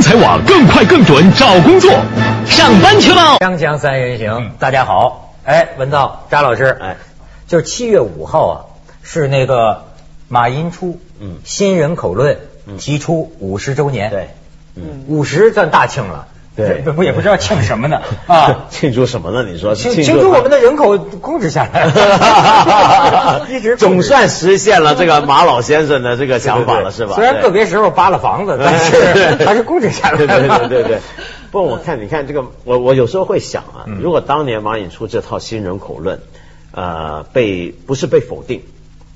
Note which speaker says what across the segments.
Speaker 1: 才网更快更准找工作，上班去喽！
Speaker 2: 锵锵三人行
Speaker 1: 嗯，
Speaker 2: 大家好，哎，文道扎老师，哎，就是七月五号啊，是那个马寅初，
Speaker 3: 嗯
Speaker 2: 新人口论
Speaker 3: 嗯
Speaker 2: 提出五十周年，
Speaker 3: 对，
Speaker 2: 嗯，五十算大庆了，
Speaker 3: 对。
Speaker 2: 这不也不知道庆什么呢啊
Speaker 3: 庆祝什么呢？你说
Speaker 2: 庆
Speaker 3: 庆
Speaker 2: 庆祝 我们的人口控制下来了，一直控制
Speaker 3: 总算实现了这个马老先生的这个想法了，是吧？
Speaker 2: 虽然
Speaker 3: 对
Speaker 2: 个别时候扒了房子，但是还是控制下来
Speaker 3: 对对
Speaker 2: 了。
Speaker 3: 对对 对。不过我看，你看这个，我我有时候会想啊，
Speaker 2: 嗯
Speaker 3: 如果当年马寅初这套新人口论，呃，被不是被否定，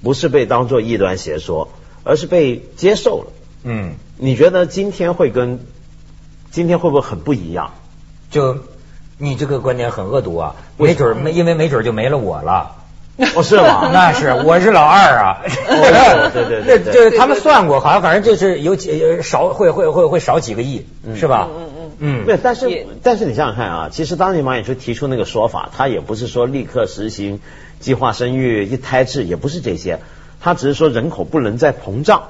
Speaker 3: 不是被当做异端邪说，而是被接受了。
Speaker 2: 嗯，
Speaker 3: 你觉得今天会跟今天会不会很不一样？
Speaker 2: 就你这个观点很恶毒啊，没准儿没因为没准儿就没了我了。
Speaker 3: 哦，是吗？
Speaker 2: 那是，我是老二 啊。
Speaker 3: 哦对对对对
Speaker 2: 那就是他们算过，好像反正就是有几呃少会会会会少几个亿，是吧？
Speaker 4: 嗯嗯
Speaker 2: 嗯
Speaker 3: 对，但是
Speaker 4: 也
Speaker 3: 但是你想想看啊，其实当年马寅初提出那个说法，他也不是说立刻实行计划生育、一胎制，也不是这些，他只是说人口不能再膨胀。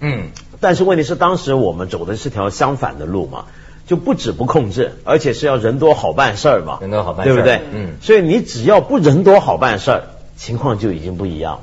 Speaker 2: 嗯
Speaker 3: 但是问题是，当时我们走的是条相反的路嘛，就不止不控制，而且是要人多好办事儿嘛，
Speaker 2: 人多好办事儿
Speaker 3: 对不对？
Speaker 2: 嗯
Speaker 3: 所以你只要不人多好办事儿，情况就已经不一样了。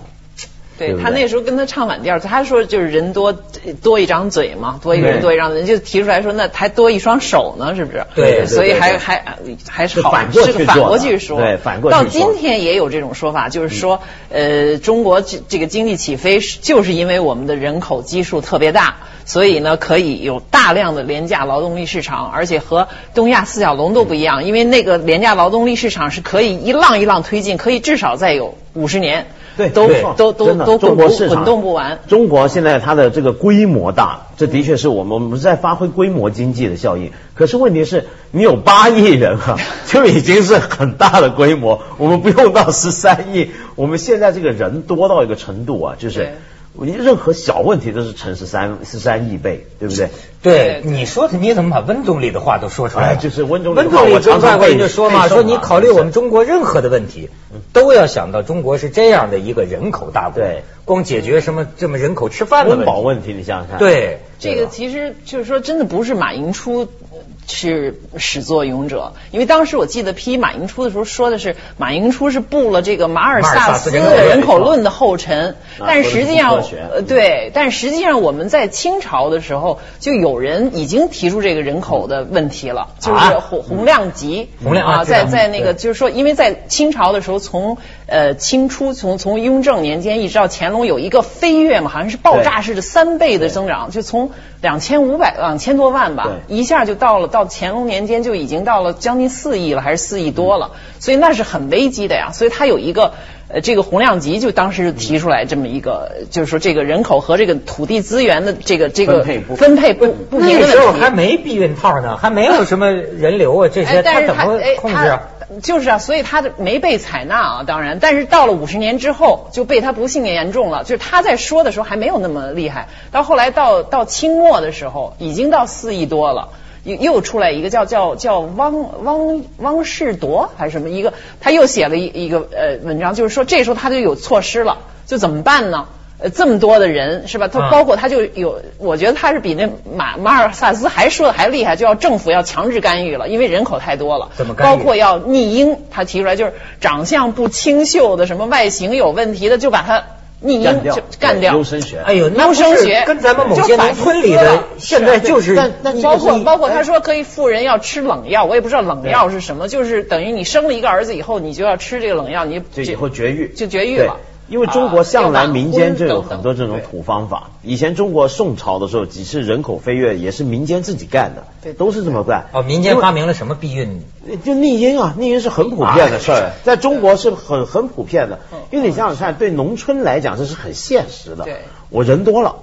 Speaker 3: 对
Speaker 4: 对
Speaker 3: 不
Speaker 4: 他
Speaker 3: 对
Speaker 4: 那时候跟他唱反调，他说就是人多多一张嘴嘛，多一个
Speaker 2: 对
Speaker 4: 人多一张嘴，就提出来说那还多一双手呢，是不是？
Speaker 2: 对对
Speaker 4: 所以
Speaker 3: 对
Speaker 4: 还
Speaker 3: 对
Speaker 4: 还还是
Speaker 3: 就
Speaker 4: 好，
Speaker 3: 反过去
Speaker 4: 是反
Speaker 3: 做
Speaker 4: 过
Speaker 3: 的
Speaker 4: 去说，
Speaker 3: 对反过去
Speaker 4: 到
Speaker 3: 说
Speaker 4: 今天也有这种说法，就是说，呃，中国这这个经济起飞是就是因为我们的人口基数特别大，所以呢可以有大量的廉价劳动力市场，而且和东亚四小龙都不一样，因为那个廉价劳动力市场是可以一浪一浪推进，可以至少再有五十年。
Speaker 3: 对，
Speaker 4: 都
Speaker 3: 对
Speaker 4: 都都
Speaker 3: 真的
Speaker 4: 都
Speaker 3: 中
Speaker 4: 滚
Speaker 3: 国
Speaker 4: 不
Speaker 3: 市场
Speaker 4: 滚动不完。
Speaker 3: 中国现在它的这个规模大，这的确是我们我们在发挥规模经济的效应。可是问题是，你有八亿人啊， 就已经是很大的规模，我们不用到十三亿。我们现在这个人多到一个程度啊，就是任何小问题都是乘十三十三亿倍，对不对？
Speaker 2: 对
Speaker 4: 对，
Speaker 2: 你说他你怎么把温总理的话都说出来
Speaker 3: 哎
Speaker 2: 了？
Speaker 3: 就是温总理
Speaker 2: 温
Speaker 3: 的话
Speaker 2: 总理
Speaker 3: 我常
Speaker 2: 不
Speaker 3: 常
Speaker 2: 外国人
Speaker 3: 被
Speaker 2: 就说嘛，
Speaker 3: 被
Speaker 2: 说
Speaker 3: 送嗯
Speaker 2: 你
Speaker 3: 啊
Speaker 2: 考虑我们中国任何的问题，都要想到中国是这样的一个人口大国
Speaker 3: 对，
Speaker 2: 光解决什么这么人口吃饭的
Speaker 3: 温
Speaker 2: 问
Speaker 3: 饱
Speaker 2: 题，
Speaker 3: 问题，你想想看。。
Speaker 2: 对
Speaker 4: 这个其实就是说，真的不是马寅初呃是始作俑者，因为当时我记得批马寅初的时候说的是马寅初是步了这个马尔萨斯
Speaker 2: 马尔萨斯人口论
Speaker 4: 人口论的后尘，
Speaker 3: 啊
Speaker 4: 但实际上
Speaker 3: 或者是科学
Speaker 4: 呃对，但实际上我们在清朝的时候就有人已经提出这个人口的问题了，就是洪洪亮吉，
Speaker 2: 洪亮啊
Speaker 4: 啊，
Speaker 2: 知道
Speaker 4: 在在那个
Speaker 2: 对
Speaker 4: 就是说，因为在清朝的时候，从呃清初从从雍正年间一直到乾隆有一个飞跃嘛，好像是爆炸
Speaker 3: 对
Speaker 4: 式的三倍的增长，就从两千五百两千多万吧，
Speaker 3: 对
Speaker 4: 一下就到了到乾隆年间就已经到了将近四亿了，还是四亿多
Speaker 2: 嗯
Speaker 4: 了，所以那是很危机的呀。所以他有一个呃这个洪亮吉就当时就提出来这么一个，就是说这个人口和这个土地资源的这个这个
Speaker 3: 分配不
Speaker 4: 分配不不平
Speaker 2: 那
Speaker 4: 的
Speaker 2: 时候
Speaker 4: 问题
Speaker 2: 还。没避孕套呢，还没有什么人流啊这些，
Speaker 4: 哎，但
Speaker 2: 他
Speaker 4: 是
Speaker 2: 怎么
Speaker 4: 哎
Speaker 2: 控制啊？
Speaker 4: 他就是啊，所以他的没被采纳啊，当然，但是到了五十年之后就被他不幸严重了，就是他在说的时候还没有那么厉害，到后来到到清末的时候，已经到四亿多了。又又出来一个叫叫叫汪汪汪世铎还是什么一个，他又写了一一个呃文章，就是说这时候他就有措施了，就怎么办呢？呃，这么多的人是吧？
Speaker 2: 嗯
Speaker 4: 他包括他就有，我觉得他是比那马马尔萨斯还说的还厉害，就要政府要强制干预了，因为人口太多了。
Speaker 2: 怎么干预
Speaker 4: 包括要逆婴，他提出来就是长相不清秀的，什么外形有问题的，就把他逆婴
Speaker 3: 干掉
Speaker 4: 嗯就干掉。
Speaker 3: 优生学，
Speaker 2: 哎呦，那不是
Speaker 4: 优生学
Speaker 2: 跟咱们某些
Speaker 4: 就
Speaker 2: 农
Speaker 4: 反
Speaker 2: 村里
Speaker 4: 思
Speaker 2: 的
Speaker 4: 了
Speaker 2: 现在就是
Speaker 3: 但但
Speaker 2: 你
Speaker 4: 包括
Speaker 2: 你
Speaker 4: 包括他说可以妇人要吃冷药，我也不知道冷药是什么，就是等于你生了一个儿子以后，你就要吃这个冷药，你
Speaker 3: 就以后绝育，
Speaker 4: 就绝育
Speaker 3: 对
Speaker 4: 了。
Speaker 3: 因为中国向
Speaker 4: 啊
Speaker 3: 来民间就有
Speaker 4: 要晚婚
Speaker 3: 很多这种
Speaker 4: 等等
Speaker 3: 土方法，以前中国宋朝的时候几次人口飞跃也是民间自己干的，
Speaker 4: 对
Speaker 3: 都是这么干。
Speaker 2: 哦，民间发明了什么避孕？
Speaker 3: 就逆婴啊，逆婴是很普遍的事儿，在中国是很很普遍的
Speaker 4: 啊嗯，
Speaker 3: 因为你想想看，对农村来讲这是很现实的。
Speaker 4: 对
Speaker 3: 我人多了，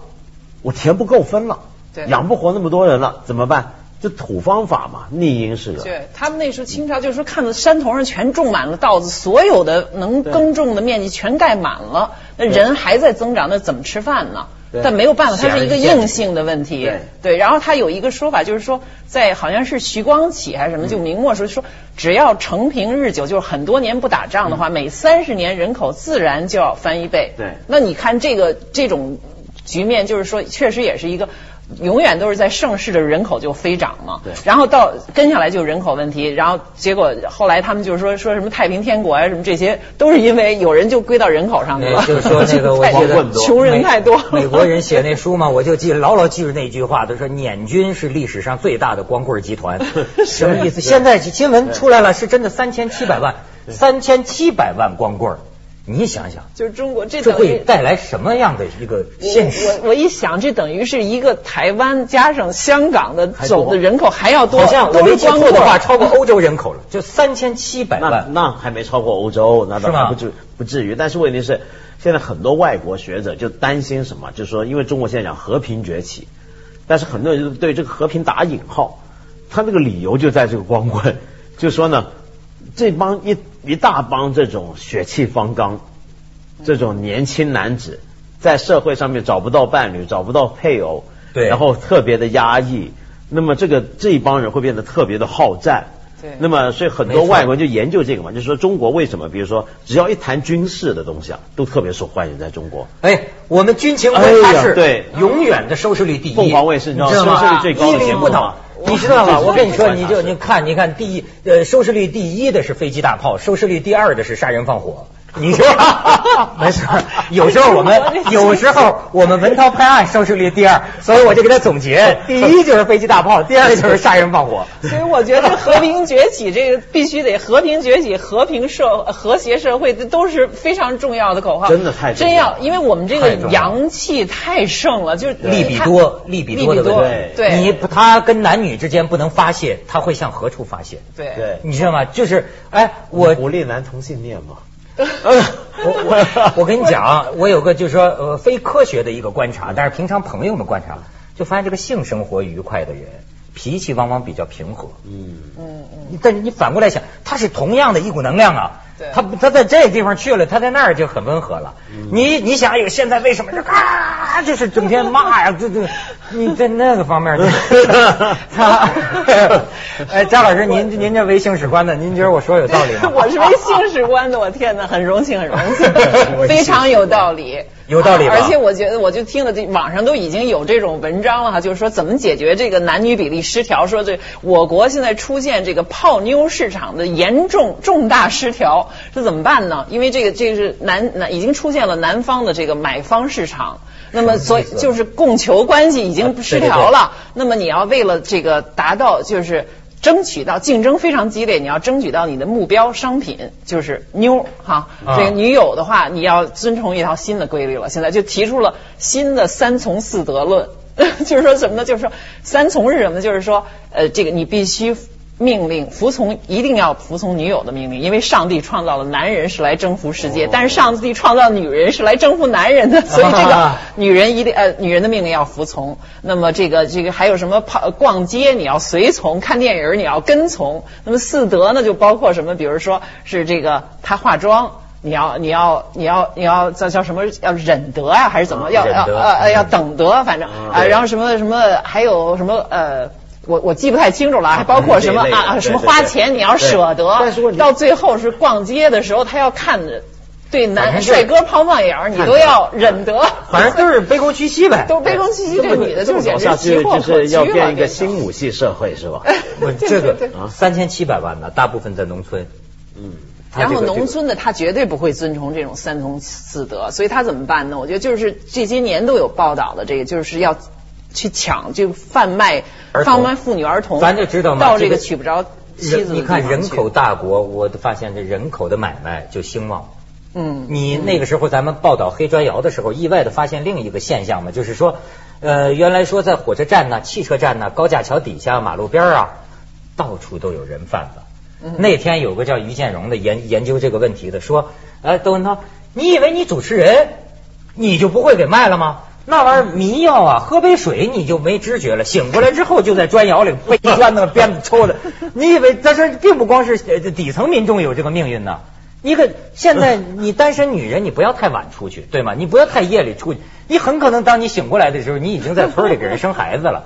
Speaker 3: 我田不够分了，
Speaker 4: 对
Speaker 3: 养不活那么多人了，怎么办？就土方法嘛，逆婴是个。
Speaker 4: 对他们那时候清朝就是说，看到山头上全种满了稻子，所有的能耕种的面积全盖满了，那人还在增长，那怎么吃饭呢
Speaker 3: 对？
Speaker 4: 但没有办法，它是一个
Speaker 2: 显而易见
Speaker 4: 硬性的问题。
Speaker 3: 对
Speaker 4: 然后他有一个说法，就是说，在好像是徐光启还是什么，就明末时候说，只要承平日久，就是很多年不打仗的话，每三十年人口自然就要翻一倍。
Speaker 3: 对
Speaker 4: 那你看这个这种局面，就是说，确实也是一个永远都是在盛世的人口就飞涨嘛。
Speaker 3: 对
Speaker 4: 然后到跟下来就人口问题，然后结果后来他们就是说说什么太平天国呀、什么这些，都是因为有人就归到人口上去了。
Speaker 2: 哎就是说 那个，我记
Speaker 3: 太
Speaker 2: 得
Speaker 4: 穷人太多
Speaker 2: 美美国人写那书嘛，我就记牢牢记住那句话，他说捻军是历史上最大的光棍集 团，什么意思？现在新闻出来了，是真的三千七百万，三千七百万光棍儿，你想想，
Speaker 4: 就是中国这
Speaker 2: 这
Speaker 4: 等
Speaker 2: 会
Speaker 4: 于
Speaker 2: 带来什么样的一个
Speaker 4: 我
Speaker 2: 现实？
Speaker 4: 我我一想，这等于是一个台湾加上香港的
Speaker 2: 还多
Speaker 4: 总的人口还要多，
Speaker 2: 好像我
Speaker 4: 都
Speaker 2: 没
Speaker 4: 是
Speaker 2: 记
Speaker 4: 光
Speaker 2: 错
Speaker 4: 棍
Speaker 2: 的话，超过欧洲人口了，就三千七百
Speaker 3: 那
Speaker 2: 万。
Speaker 3: 那还没超过欧洲，那倒
Speaker 2: 是吗
Speaker 3: 还不至不至于。但是问题是，现在很多外国学者就担心什么，就是说，因为中国现在讲和平崛起，但是很多人就对这个和平打引号，他那个理由就在这个光棍，就说呢，这帮一一大帮这种血气方刚，这种年轻男子在社会上面找不到伴侣，找不到配偶，
Speaker 2: 对
Speaker 3: 然后特别的压抑，那么这个这一帮人会变得特别的好战。
Speaker 4: 对
Speaker 3: 那么所以很多
Speaker 2: 没错
Speaker 3: 外国人就研究这个嘛，就是说中国为什么，比如说只要一谈军事的东西啊，都特别受欢迎，在中国。
Speaker 2: 哎，我们军情观察
Speaker 3: 哎
Speaker 2: 室
Speaker 3: 呀对
Speaker 2: 永远的收视率第一，
Speaker 3: 凤凰卫视
Speaker 2: 你
Speaker 3: 你
Speaker 2: 知
Speaker 3: 知道
Speaker 2: 道吗？
Speaker 3: 收视率最高的
Speaker 2: 屹立
Speaker 3: 节目啊
Speaker 2: 不倒
Speaker 3: 吗，
Speaker 2: 你知道吗？
Speaker 3: 对
Speaker 2: 我跟你说，
Speaker 3: 对对
Speaker 2: 你就
Speaker 3: 对
Speaker 2: 你看，你看第一，呃，收视率第一的是飞机大炮，收视率第二的是杀人放火。你 说没事儿，有时候我们有时候我们文韬拍案收视率第二，所以我就给他总 结，第一就是飞机大炮，第二就是杀人放 火。
Speaker 4: 所以我觉得和平崛起这个必须得和平崛起、和平社、 和谐社会，这都是非常重要的口号。
Speaker 3: 真的太重
Speaker 4: 真
Speaker 3: 要
Speaker 4: 要，因为我们这个
Speaker 2: 太重要
Speaker 4: 阳气太盛了，就是
Speaker 2: 利比多，利比多的问题，
Speaker 4: 对
Speaker 2: 你不他跟男女之间不能发泄，他会向何处发泄？
Speaker 4: 对
Speaker 3: 对
Speaker 2: 你知道吗？就是，哎，我
Speaker 3: 鼓励男同性恋嘛。
Speaker 2: 嗯我我我跟你讲啊，我有个就是说呃非科学的一个观察，但是平常朋友们观察就发现，这个性生活愉快的人脾气往往比较平和。
Speaker 3: 嗯，
Speaker 4: 嗯嗯，
Speaker 2: 但是你反过来想，他是同样的一股能量啊
Speaker 4: 对。？
Speaker 2: 他他在这地方去了，他在那儿就很温和了。你你想，哎呦，现在为什么这啊，就是整天骂呀，这这，你在那个方面， 他，哎，张老师，您您这唯性史观的，您觉得我说有道理 吗
Speaker 4: 我是为姓氏观的，我天哪，很荣幸，很荣
Speaker 2: 我是
Speaker 4: 幸，非常有道理，
Speaker 2: 有道理吧
Speaker 4: 而且我觉得，我就听了这网上都已经有这种文章了哈，就是说怎么解决这个男女比例失调，说这我国现在出现这个泡妞市场的严重重大失调，这怎么办呢？因为这个这个是南南已经出现了南方的这个买方市场。那么，所以
Speaker 2: 什么意思
Speaker 4: 就是供求关系已经失调
Speaker 2: 啊对对对
Speaker 4: 了。那么你要为了这个达到就是。争取到竞争非常激烈，你要争取到你的目标商品就是妞哈。
Speaker 2: 啊
Speaker 4: 这个女友的话，你要遵从一条新的规律了。现在就提出了新的三从四德论， 就是说什么呢？就是说三从是什么呢？就是说呃，这个你必须命令服从，一定要服从女友的命令，因为上帝创造了男人是来征服世界，但是上帝创造女人是来征服男人的，所以这个。
Speaker 2: 啊
Speaker 4: 女人一定呃，女人的命令要服从。那么这个这个还有什么跑逛街你要随从，看电影儿你要跟从。那么四德呢，就包括什么？比如说是这个她化妆。你要你要你要你要叫叫什么？要忍德啊，还是怎么？
Speaker 3: 啊
Speaker 4: 要
Speaker 2: 忍
Speaker 4: 要
Speaker 2: 德
Speaker 4: 呃呃
Speaker 2: 嗯
Speaker 4: 要等德，反正
Speaker 3: 啊
Speaker 4: 啊，
Speaker 3: 对
Speaker 4: 然后什么什么，还有什么呃，我我记不太清楚了，还包括什么
Speaker 3: 这一类
Speaker 4: 啊
Speaker 3: 的
Speaker 4: 啊
Speaker 3: 对
Speaker 4: 什么
Speaker 3: 对
Speaker 4: 花
Speaker 3: 对
Speaker 4: 钱你要舍得
Speaker 3: 但是问，题
Speaker 4: 到最后是逛街的时候，他要看对
Speaker 2: 反正
Speaker 4: 男
Speaker 2: 是
Speaker 4: 帅哥胖胖眼儿，你都要忍得。
Speaker 2: 反正都是卑躬屈膝呗。
Speaker 4: 都卑躬屈膝，这女的就
Speaker 3: 走
Speaker 4: 简直
Speaker 3: 下
Speaker 4: 奇
Speaker 3: 去
Speaker 4: 货
Speaker 3: 就
Speaker 4: 可
Speaker 3: 是
Speaker 4: 居
Speaker 3: 要
Speaker 4: 了。
Speaker 3: 变一个
Speaker 4: 变成
Speaker 3: 新母系社 会是吧？
Speaker 2: 我
Speaker 4: 对
Speaker 2: 这
Speaker 4: 对对
Speaker 2: 个啊三千七百万呢，大部分在农村。
Speaker 3: 嗯，
Speaker 2: 他
Speaker 4: 然后
Speaker 2: 这个
Speaker 4: 农村的他绝对不会遵从这种三从四德，所以呃他怎么办呢？我觉得就是这些年都有报道的，这个就是要去抢，就贩卖
Speaker 2: 儿童
Speaker 4: 贩卖妇女儿童，
Speaker 2: 咱就知道嘛
Speaker 4: 到这
Speaker 2: 这
Speaker 4: 个
Speaker 2: 个
Speaker 4: 娶不着
Speaker 2: 这
Speaker 4: 妻
Speaker 2: 个
Speaker 4: 子的
Speaker 2: 人你看
Speaker 4: 地方
Speaker 2: 人
Speaker 4: 去
Speaker 2: 口，大国，我发现这人口的买卖就兴旺。
Speaker 4: 嗯，
Speaker 2: 你那个时候咱们报道黑砖窑的时候，意外的发现另一个现象嘛，就是说，呃，原来说在火车站呐、汽车站呐、高架桥底下、马路边儿啊，到处都有人贩子。
Speaker 4: 嗯
Speaker 2: 那天有个叫于建荣的研研究这个问题的说，哎，窦文涛，你以为你主持人你就不会给卖了吗？那玩意儿迷药啊，喝杯水你就没知觉了，醒过来之后就在砖窑里 被砖头鞭子抽的。你以为但是并不光是呃底层民众有这个命运呢？一个现在你单身女人，你不要太晚出去，对吗？你不要太夜里出去，你很可能当你醒过来的时候，你已经在村里给人生孩子了，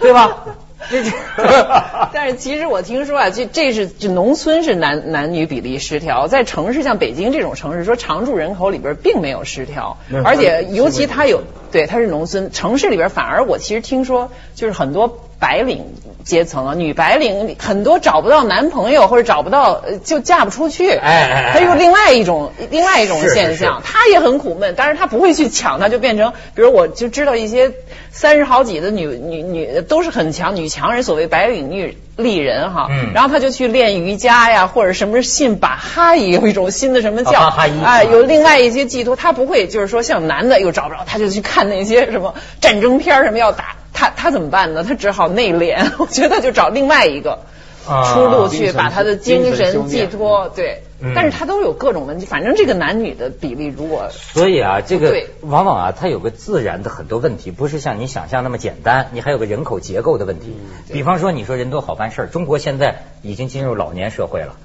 Speaker 2: 对吧？这这
Speaker 4: 但是其实我听说啊，这这是这农村是男男女比例失调，在城市像北京这种城市，说常住人口里边并没有失调
Speaker 3: 那，
Speaker 4: 而且
Speaker 3: 是
Speaker 4: 尤其它有对，它是农村，城市里边反而我其实听说，就是很多白领阶层啊，女白领很多找不到男朋友或者找不到呃就嫁不出去，
Speaker 2: 哎哎哎
Speaker 4: 它又另外一种另外一种
Speaker 2: 是是
Speaker 4: 现象，她也很苦闷，但是她不会去抢，她就变成，比如我就知道一些三十好几的女女女都是很强女强人，所谓白领女丽人哈，
Speaker 2: 嗯
Speaker 4: 然后她就去练瑜伽呀，或者什么信巴哈也有一种新的什么叫
Speaker 2: 啊巴哈伊
Speaker 4: 哎有另外一些寄托，他不会就是说像男的又找不着，他就去看那些什么战争片儿什么要打，他他怎么办呢？他只好内敛， 我觉得就找另外一个出路
Speaker 2: 啊
Speaker 4: 去把他的精神寄托，对
Speaker 2: 嗯。
Speaker 4: 但是他都有各种问题，反正这个男女的比例如果
Speaker 2: 所以啊，这个
Speaker 4: 对
Speaker 2: 往往啊，它有个自然的很多问题，不是像你想象那么简单，你还有个人口结构的问题。比方说，你说人多好办事儿，中国现在已经进入老年社会了。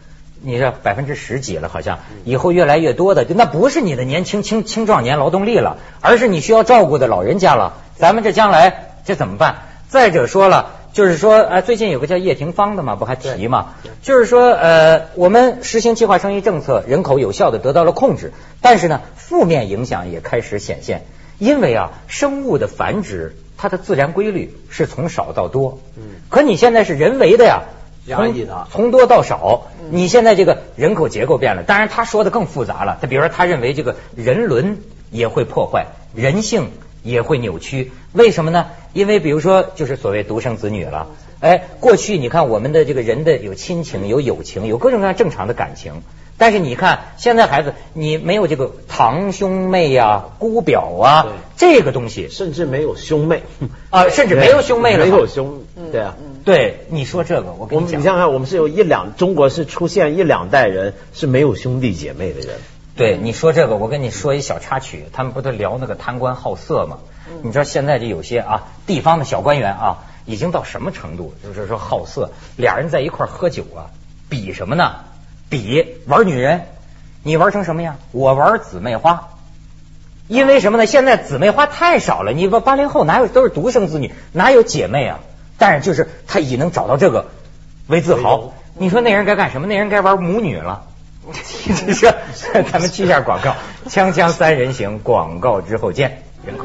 Speaker 2: 你这百分之十几了，好像以后越来越多的，那不是你的年轻青青壮年劳动力了，而是你需要照顾的老人家了。咱们这将来这怎么办？再者说了，就是说，哎，最近有个叫叶廷芳的嘛，不还提嘛？就是说，呃，我们实行计划生育政策，人口有效的得到了控制，但是呢，负面影响也开始显现，因为啊，生物的繁殖它的自然规律是从少到多，嗯，可你现在是人为的呀。
Speaker 5: 压抑
Speaker 2: 从
Speaker 5: 它
Speaker 2: 从多到少，
Speaker 3: 嗯
Speaker 2: 你现在这个人口结构变了，当然他说的更复杂了。他比如说，他认为这个人伦也会破坏，人性也会扭曲。为什么呢？因为比如说，就是所谓独生子女了。哎，过去你看我们的这个人的有亲情、有友情、有各种各样正常的感情，但是你看现在孩子，你没有这个堂兄妹呀、姑表啊
Speaker 3: 对
Speaker 2: 这个东西
Speaker 3: 甚至没有兄妹
Speaker 2: 啊、甚 至没有兄妹了。
Speaker 3: 没有兄，对啊。
Speaker 2: 对你说这个，我
Speaker 3: 我
Speaker 2: 跟你
Speaker 3: 们你
Speaker 2: 讲
Speaker 3: 想，想看，我们是有一两，中国是出现一两代人是没有兄弟姐妹的人，
Speaker 2: 对你说这个，我跟你说一小插曲，他们不都聊那个贪官好色吗？你知道现在这有些啊，地方的小官员啊，已经到什么程度？就是说好色，俩人在一块儿喝酒啊，比什么呢？比玩女人，你玩成什么样？我玩姊妹花。因为什么呢？现在姊妹花太少了，你不八零后哪有都是独生子女，哪有姐妹啊？但是就是他以能找到这个为自豪。你说那人该干什么？那人该玩母女了。 你 说，咱们去一下广告，《锵锵三人行》广告之后见。人口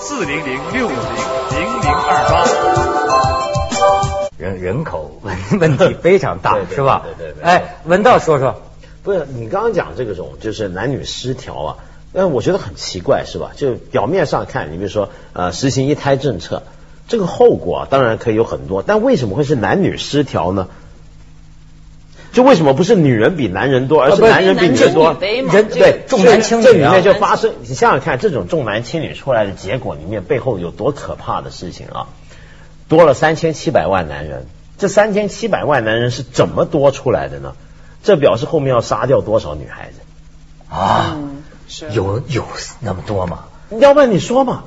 Speaker 6: 四零零六五零零零二八。
Speaker 2: 人人口问问题非常大
Speaker 3: 对，对
Speaker 2: 是吧？
Speaker 3: 对对对对
Speaker 2: 哎，文道说说，
Speaker 3: 不是你刚刚讲这种就是男女失调啊，但我觉得很奇怪是吧？就表面上看，你比如说呃实行一胎政策，这个后果、啊、当然可以有很多，但为什么会是男女失调呢？就为什么不是女人比男人多，而
Speaker 2: 啊
Speaker 3: 是
Speaker 2: 不是
Speaker 3: 男人比女人多
Speaker 4: 男？尊女卑嘛
Speaker 3: 人
Speaker 4: 这个
Speaker 3: 对
Speaker 2: 重男轻女啊
Speaker 3: 这里面就发生，你想想看，这种重男轻女出来的结果里面背后有多可怕的事情啊！多了三千七百万男人，这三千七百万男人是怎么多出来的呢？这表示后面要杀掉多少女孩子？
Speaker 2: 啊，
Speaker 4: 嗯是
Speaker 2: 有有那么多吗？
Speaker 3: 要不然你说嘛，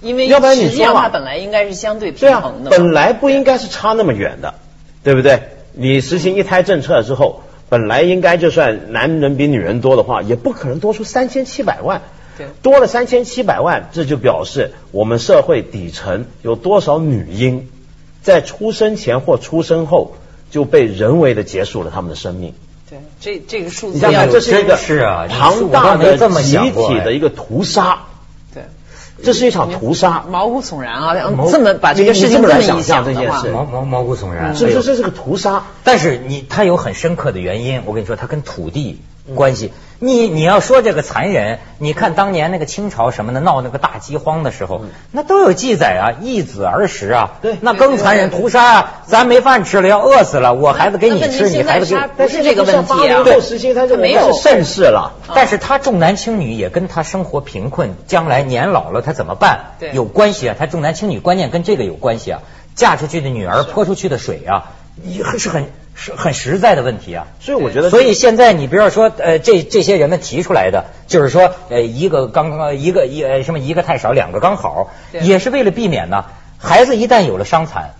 Speaker 4: 因为
Speaker 3: 要不然你
Speaker 4: 实际上
Speaker 3: 说吧
Speaker 4: 它本来应该是相对
Speaker 3: 对
Speaker 4: 平
Speaker 3: 啊
Speaker 4: 衡，的嘛，
Speaker 3: 本来不应该是差那么远的，对不对？你实行一胎政策之后，本来应该就算男人比女人多的话，也不可能多出三千七百万。
Speaker 4: 对
Speaker 3: 多了三千七百万，这就表示我们社会底层有多少女婴在出生前或出生后就被人为的结束了他们的生命。
Speaker 4: 对这这个数
Speaker 3: 你
Speaker 4: 字
Speaker 3: 想
Speaker 4: 要
Speaker 3: 想，
Speaker 4: 有
Speaker 3: 这是一个
Speaker 2: 哎真是啊你说
Speaker 3: 庞
Speaker 2: 我
Speaker 3: 大
Speaker 2: 倒没
Speaker 3: 的
Speaker 2: 这么
Speaker 3: 集
Speaker 2: 想过
Speaker 3: 体
Speaker 2: 哎
Speaker 3: 的一个屠杀，
Speaker 4: 对。
Speaker 3: 这是一场屠杀。
Speaker 4: 毛骨悚然啊！然
Speaker 2: 毛
Speaker 4: 后这么把这个事
Speaker 3: 你你这
Speaker 4: 情
Speaker 3: 么
Speaker 4: 这
Speaker 3: 来
Speaker 4: 么
Speaker 3: 想
Speaker 4: 一
Speaker 3: 象
Speaker 4: 想
Speaker 3: 这
Speaker 4: 的
Speaker 3: 件
Speaker 4: 话
Speaker 3: 事，
Speaker 2: 毛毛毛骨悚然，
Speaker 3: 是不
Speaker 2: 哎
Speaker 3: 是
Speaker 2: 呦
Speaker 3: 这是个屠杀？
Speaker 2: 但是你它有很深刻的原因，我跟你说，它跟土地关
Speaker 4: 嗯
Speaker 2: 系。你你要说这个残忍，你看当年那个清朝什么的闹那个大饥荒的时候，
Speaker 4: 嗯
Speaker 2: 那都有记载啊，一子而食啊，
Speaker 3: 对
Speaker 2: 那更残忍，屠杀啊，咱没饭吃了，要饿死了，我孩子给你
Speaker 4: 那问题
Speaker 2: 吃，你
Speaker 4: 现在
Speaker 2: 孩子给
Speaker 4: 杀
Speaker 2: 我。
Speaker 4: 不是这个问题啊
Speaker 3: 八零后实行他这
Speaker 4: 他没有
Speaker 3: 是盛世了。
Speaker 2: 嗯但是他重男轻女也跟他生活贫困，将来年老了他怎么办？
Speaker 4: 对
Speaker 2: 有关系啊，他重男轻女观念跟这个有关系啊。嫁出去的女儿泼出去的水啊，也是很是很实在的问题啊。
Speaker 3: 所以我觉得，
Speaker 2: 所以现在你不要说，呃，这这些人们提出来的，就是说，呃，一个刚刚一个一呃什么一个太少，两个刚好，
Speaker 4: 对
Speaker 2: 也是为了避免呢，孩子一旦有了伤残，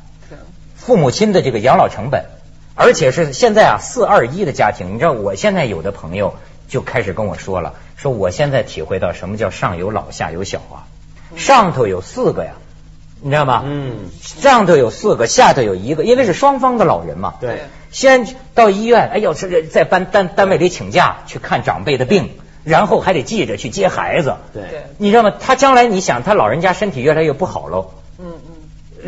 Speaker 2: 父母亲的这个养老成本，而且是现在啊四二一的家庭，你知道我现在有的朋友就开始跟我说了，说我现在体会到什么叫上有老下有小啊，上头有四个呀，你知道吗？
Speaker 3: 嗯，
Speaker 2: 上头有四个，下头有一个，因为是双方的老人嘛。
Speaker 3: 对，
Speaker 2: 先到医院，哎呦，这个在班单单位里请假去看长辈的病，然后还得记着去接孩子。
Speaker 3: 对，
Speaker 2: 你知道吗？他将来你想，他老人家身体越来越不好喽，
Speaker 4: 嗯嗯。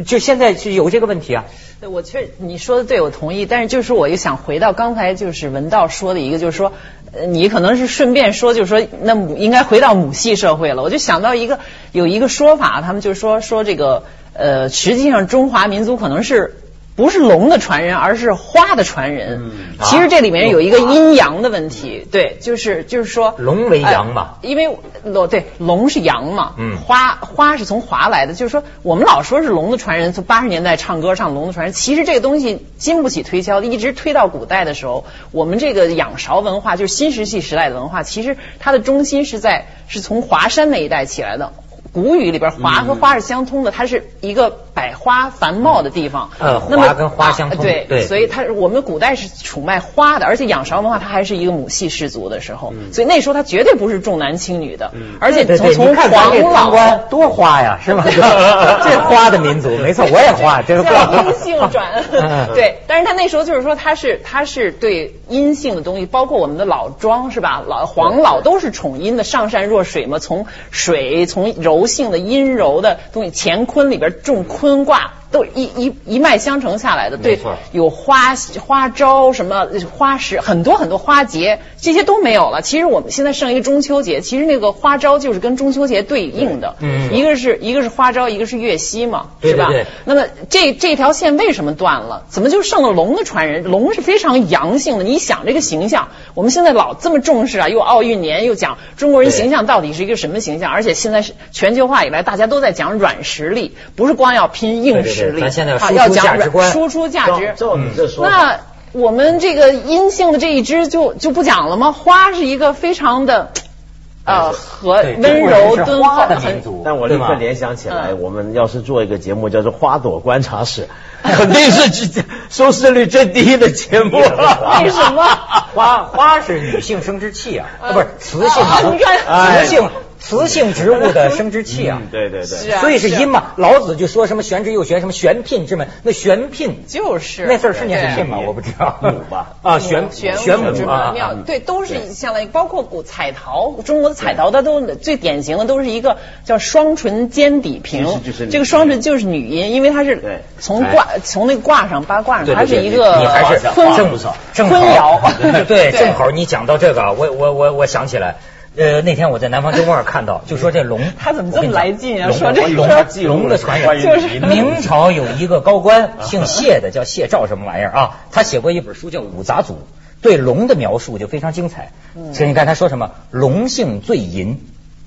Speaker 2: 就现在是有这个问题啊。
Speaker 4: 对，我确你说的对，我同意。但是就是我又想回到刚才就是文道说的一个，就是说，呃，你可能是顺便说，就是说，那母应该回到母系社会了。我就想到一个有一个说法，他们就说说这个，呃，实际上中华民族可能是。不是龙的传人，而是花的传人。
Speaker 3: 嗯
Speaker 4: 其实这里面有一个阴阳的问题，对，就是就是说
Speaker 2: 啊龙为阳嘛
Speaker 4: 呃因为龙对龙是阳嘛，
Speaker 2: 嗯
Speaker 4: 花花是从华来的，就是说我们老说是龙的传人，从八十年代唱歌唱龙的传人，其实这个东西经不起推敲，一直推到古代的时候，我们这个仰韶文化就是新石器时代的文化，其实它的中心是在是从华山那一带起来的。古语里边，华和花是相通的，它是一个百花繁茂的地方。
Speaker 2: 呃
Speaker 4: 那么
Speaker 2: 华跟花相通
Speaker 4: 啊对，
Speaker 2: 对
Speaker 4: 所以它我们古代是崇拜花的，而且仰韶文化它还是一个母系氏族的时候，所以那时候它绝对不是重男轻女的，而且
Speaker 2: 对
Speaker 4: 从
Speaker 2: 对，你
Speaker 4: 从
Speaker 2: 看咱这
Speaker 4: 黄
Speaker 2: 当
Speaker 4: 老。
Speaker 2: 官多花呀， 是吧？
Speaker 4: 对
Speaker 2: 这花的 民族，没错，我也花，这是
Speaker 4: 叫
Speaker 2: 花。
Speaker 4: 阴性转
Speaker 2: 嗯，
Speaker 4: 对，但是他那时候就是说他是他是对阴性的东西，包括我们的老庄是吧？老黄老都是宠阴的，上善若水嘛，从水从柔性的阴柔的东西，乾坤里边种坤卦。都一一一脉相承下来的，对
Speaker 2: 错，
Speaker 4: 有花花招什么花时，很多很多花节，这些都没有了。其实我们现在剩一个中秋节，其实那个花招就是跟中秋节对应的，
Speaker 2: 嗯
Speaker 4: 一个是一个是花招，一个是月夕嘛，
Speaker 2: 对
Speaker 4: 是吧？
Speaker 2: 对对
Speaker 4: 那么这这条线为什么断了？怎么就剩了龙的传人？龙是非常阳性的。你想这个形象，我们现在老这么重视啊，又奥运年又讲中国人形象到底是一个什么形象？而且现在是全球化以来，大家都在讲软实力，不是光要拼硬
Speaker 2: 对对
Speaker 4: 实
Speaker 2: 对
Speaker 4: 力，
Speaker 2: 咱现在要
Speaker 4: 啊
Speaker 2: 输出
Speaker 4: 要讲
Speaker 2: 价值观
Speaker 4: 输出价值。
Speaker 3: 照照你这说法，
Speaker 4: 那我们这个阴性的这一支就就不讲了吗？花是一个非常的呃和
Speaker 2: 哎对
Speaker 4: 温
Speaker 2: 中国人
Speaker 4: 柔
Speaker 2: 是
Speaker 4: 敦
Speaker 2: 花
Speaker 4: 厚
Speaker 2: 的
Speaker 4: 很
Speaker 2: 民族，
Speaker 3: 但我立
Speaker 2: 对
Speaker 3: 刻
Speaker 2: 吧
Speaker 3: 联想起来，
Speaker 4: 嗯
Speaker 3: 我们要是做一个节目叫做《花朵观察室》， 肯定是收视率最低的节目了。
Speaker 4: 为什么？
Speaker 2: 花花是女性生殖器啊，啊不是雌性
Speaker 4: 啊
Speaker 2: 植
Speaker 4: 你看
Speaker 2: 雌性雌性植物的生殖器啊
Speaker 3: 嗯，， 对对对
Speaker 4: 是。啊
Speaker 2: 所以是阴嘛。老子就说什么玄之又玄，什么玄牝之门，那玄牝
Speaker 4: 就是
Speaker 2: 那字儿是念
Speaker 4: 对
Speaker 2: 牝吗？我不知道，
Speaker 3: 母吧
Speaker 2: 啊，玄
Speaker 4: 玄
Speaker 2: 玄
Speaker 4: 武之
Speaker 2: 母
Speaker 4: 门
Speaker 2: 啊，
Speaker 4: 庙
Speaker 2: 啊，
Speaker 4: 对，都是相当于包括古彩陶，中国的彩陶，它都最典型的都是一个叫双唇尖底平
Speaker 3: 其实就是，女
Speaker 4: 这个双唇就是女音，因为它
Speaker 3: 对
Speaker 4: 是从卦从那个卦上八卦上，
Speaker 3: 对对
Speaker 4: 它是
Speaker 3: 对
Speaker 4: 一
Speaker 3: 你
Speaker 4: 个
Speaker 2: 你还是
Speaker 4: 坤
Speaker 2: 正正好，
Speaker 4: 坤爻
Speaker 2: 对，正好你讲到这个，啊我我我我想起来。呃，那天我在南方周末看到，就说这龙，
Speaker 4: 他怎么这么来劲啊
Speaker 2: 我
Speaker 4: 说
Speaker 2: 跟
Speaker 4: 这
Speaker 2: 你
Speaker 4: 个
Speaker 2: 龙龙龙的传人，
Speaker 4: 就是
Speaker 2: 明朝有一个高官，姓谢的，叫谢兆什么玩意儿啊？他写过一本书叫《五杂俎》，对龙的描述就非常精彩。
Speaker 4: 嗯
Speaker 2: 所以你看他说什么，龙性最淫，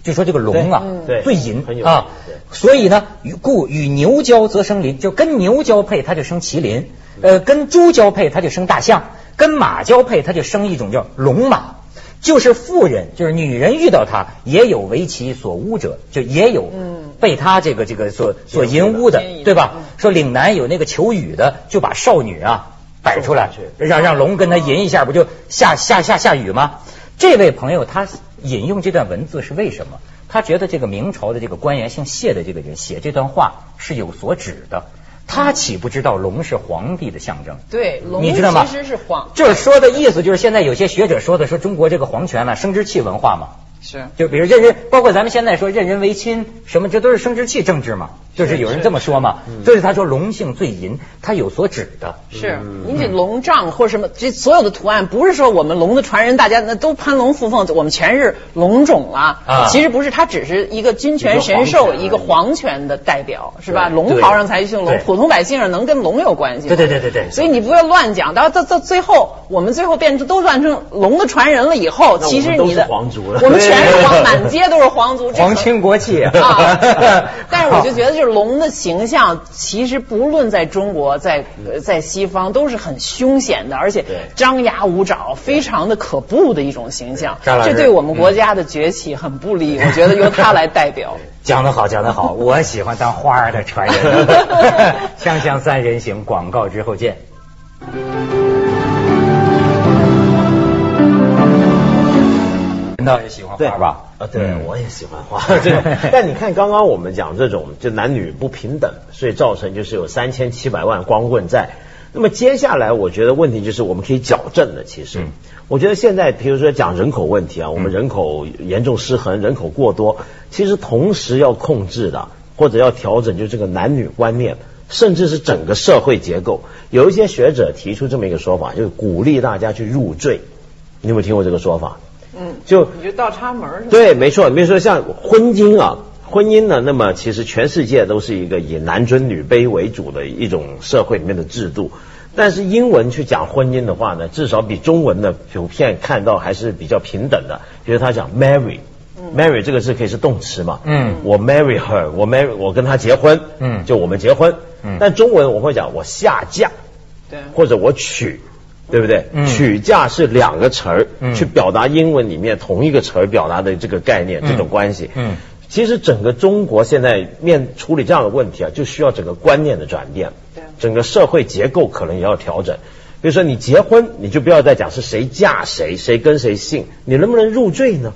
Speaker 2: 就说这个龙啊
Speaker 3: 对嗯，
Speaker 2: 最淫
Speaker 3: 很有名
Speaker 2: 啊
Speaker 3: 对，
Speaker 2: 所以呢，与故与牛交则生麟，就跟牛交配，它就生麒麟；呃，跟猪交配，它就生大象；跟马交配，它就生一种叫龙马。就是妇人，就是女人遇到他，也有为其所污者，就也有
Speaker 4: 嗯
Speaker 2: 被他这个这个所所淫污的
Speaker 4: 奸淫，的
Speaker 2: 对吧
Speaker 4: 嗯？
Speaker 2: 说岭南有那个求雨的，就把少女啊摆出来
Speaker 3: 送上，
Speaker 2: 让让龙跟他吟一下，不就下下下下雨吗？这位朋友他引用这段文字是为什么？他觉得这个明朝的这个官员姓谢的这个人写这段话是有所指的，他岂不知道龙是皇帝的象征？
Speaker 4: 对，龙
Speaker 2: 你知道吗？
Speaker 4: 其实是黄，
Speaker 2: 就是说的意思就是现在有些学者说的说中国这个皇权呢、啊生殖器文化嘛，
Speaker 4: 是
Speaker 2: 就比如认人，包括咱们现在说任人唯亲什么，这都是生殖器政治嘛，就是有人这么说嘛，就是嗯他说龙性最淫，他有所指的。
Speaker 4: 是，你这龙杖或者什么，这所有的图案不是说我们龙的传人，大家那都攀龙附凤，我们全是龙种了。
Speaker 2: 啊
Speaker 4: 其实不是，它只是一个君权神授，一个皇权的代表，是吧？
Speaker 2: 对
Speaker 4: 龙袍上才姓龙
Speaker 2: 对，
Speaker 4: 普通百姓上能跟龙有关系
Speaker 2: 对
Speaker 4: 吗？
Speaker 2: 对对对对
Speaker 4: 所以你不要乱讲，到到到最后，我们最后变成都乱成龙的传人了以后，
Speaker 3: 那我们
Speaker 4: 其实
Speaker 3: 都
Speaker 4: 你
Speaker 3: 是
Speaker 4: 的
Speaker 3: 皇族了
Speaker 4: 我们全是皇，满街都是皇族，这
Speaker 2: 皇
Speaker 4: 可
Speaker 2: 亲国 戚
Speaker 4: 啊！但是我就觉得，就是龙的形象，其实不论在中国，在呃在西方，都是很凶险的，而且
Speaker 3: 对
Speaker 4: 张牙舞爪，非常的可怖的一种形象。
Speaker 2: 张老师
Speaker 4: 这对我们国家的崛起很不利，
Speaker 3: 嗯
Speaker 4: 我觉得由他来代 表。
Speaker 2: 讲得好，讲得 好，我喜欢当花儿的传人。锵锵三人行，广告之后见。那也喜欢花
Speaker 3: 对
Speaker 2: 吧？
Speaker 3: 啊，对，
Speaker 2: 嗯
Speaker 3: 我也喜欢 花这种。但你看，刚刚我们讲这种就男女不平等，所以造成就是有三千七百万光棍债。那么接下来，我觉得问题就是我们可以矫正的。其实，
Speaker 2: 嗯
Speaker 3: 我觉得现在，比如说讲人口问题啊，我们
Speaker 2: 嗯
Speaker 3: 人口严重失衡，人口过多，其实同时要控制的或者要调整，就这个男女观念，甚至是整个社会结构。有一些学者提出这么一个说法，就是鼓励大家去入赘。你有没有听过这个说法？
Speaker 4: 嗯，
Speaker 3: 就
Speaker 4: 你就倒插门儿是吧？
Speaker 3: 对，没错，比如说像婚姻啊，婚姻呢，那么其实全世界都是一个以男尊女卑为主的一种社会里面的制度。但是英文去讲婚姻的话呢，至少比中文的普遍看到还是比较平等的。比如他讲 marry，marry、marry
Speaker 4: 嗯
Speaker 3: 这个字可以是动词嘛，
Speaker 2: 嗯
Speaker 3: 我 marry her，我 marry 我跟她结婚，
Speaker 2: 嗯
Speaker 3: 就我们结婚。
Speaker 2: 嗯
Speaker 3: 但中文我会讲我下嫁，
Speaker 4: 对，
Speaker 3: 或者我取，对不对？
Speaker 2: 嗯
Speaker 3: 取嫁是两个词儿、
Speaker 2: 嗯
Speaker 3: 去表达英文里面同一个词儿表达的这个概念、
Speaker 2: 嗯
Speaker 3: 这种关系。
Speaker 2: 嗯
Speaker 3: 其实整个中国现在面处理这样的问题啊，就需要整个观念的转变
Speaker 4: 对，
Speaker 3: 整个社会结构可能也要调整。比如说你结婚，你就不要再讲是谁嫁谁，谁跟谁姓，你能不能入 赘呢？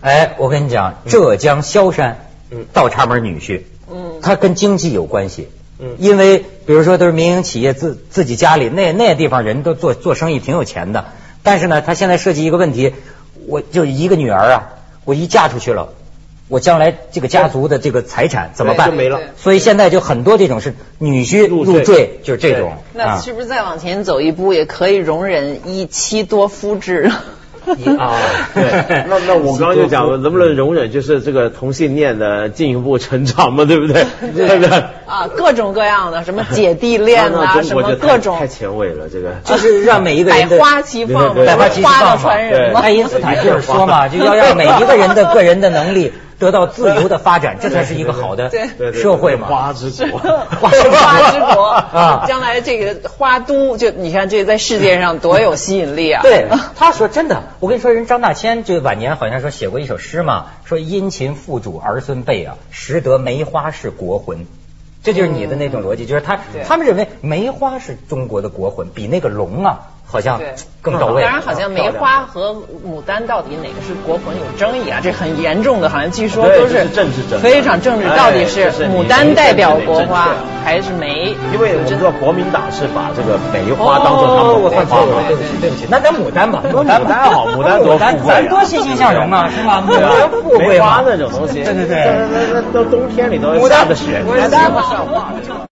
Speaker 2: 哎，我跟你讲，浙江萧山，
Speaker 3: 嗯
Speaker 2: 倒插门女婿，
Speaker 4: 嗯
Speaker 2: 他跟经济有关系，
Speaker 3: 嗯
Speaker 2: 因为比如说都是民营企业自自己家里那那地方人都做做生意挺有钱的，但是呢，他现在涉及一个问题，我就一个女儿啊，我一嫁出去了，我将来这个家族的这个财产怎么办？
Speaker 3: 对就没了
Speaker 4: 对
Speaker 2: 所以现在就很多这种是女婿
Speaker 3: 入
Speaker 2: 入
Speaker 3: 赘
Speaker 2: 赘，就是这种。
Speaker 3: 啊
Speaker 2: 啊
Speaker 4: 那是不是再往前走一步，也可以容忍一妻多夫制？
Speaker 2: 啊
Speaker 3: 对，那那我刚刚就讲了，能不能容忍就是这个同性恋的进一步成长嘛，对 不对？对不对？
Speaker 4: 啊，各种各样的，什么姐弟恋
Speaker 3: 那
Speaker 4: 啊，
Speaker 3: 那
Speaker 4: 什
Speaker 3: 中国
Speaker 4: 么
Speaker 3: 就
Speaker 4: 各
Speaker 3: 太
Speaker 4: 种
Speaker 3: 太，前卫了，这个。
Speaker 2: 就是让每一个
Speaker 4: 百
Speaker 2: 人的
Speaker 4: 花齐放嘛，
Speaker 3: 对对对
Speaker 2: 百花
Speaker 4: 不
Speaker 2: 齐
Speaker 4: 是
Speaker 2: 放
Speaker 4: 花
Speaker 2: 嘛
Speaker 4: 到穿人嘛。
Speaker 2: 爱因斯坦就是说嘛，就要让每一个人 的个人的能力得到自由的发展，这才是一个好的
Speaker 4: 对
Speaker 3: 对对
Speaker 2: 社会嘛。
Speaker 3: 花之国，
Speaker 4: 花 之国
Speaker 2: 啊
Speaker 4: 将来这个花都，就你看这在世界上多有吸引力啊！
Speaker 2: 对，他说真的，我跟你说，人张大千就晚年好像说写过一首诗嘛，说殷勤妇主儿孙辈啊，识得梅花是国魂。这就是你的那种逻辑，就是他
Speaker 4: 对
Speaker 2: 他们认为梅花是中国的国魂，比那个龙啊好像
Speaker 4: 对
Speaker 2: 更到
Speaker 4: 当
Speaker 2: 位。
Speaker 4: 然，好像梅花和牡丹到底哪个是国魂有争议啊？这很严重的，好像据说
Speaker 3: 对
Speaker 4: 都
Speaker 3: 这
Speaker 4: 是
Speaker 3: 是政治争议
Speaker 4: 非常政治，到底
Speaker 3: 哎
Speaker 4: 是
Speaker 3: 这是你
Speaker 4: 牡丹代表
Speaker 3: 你
Speaker 4: 国花
Speaker 3: 政治
Speaker 4: 还是梅？
Speaker 3: 因为我们知道国民党是把这个梅花当做他们
Speaker 2: 哦我
Speaker 3: 的
Speaker 2: 犯
Speaker 3: 国
Speaker 2: 错
Speaker 3: 花
Speaker 2: 了，
Speaker 3: 嘛
Speaker 2: 对不起，对不起，那咱牡丹吧，牡
Speaker 3: 丹好牡丹多富贵 啊
Speaker 2: 咱多欣欣向荣啊，是吧？牡
Speaker 3: 对啊
Speaker 2: 丹富
Speaker 3: 梅
Speaker 2: 贵嘛
Speaker 3: 花那种东西，
Speaker 2: 对对
Speaker 3: 那
Speaker 2: 对。
Speaker 3: 那那都冬天里头下着雪，
Speaker 2: 牡丹
Speaker 3: 你看
Speaker 2: 吧
Speaker 4: 上画。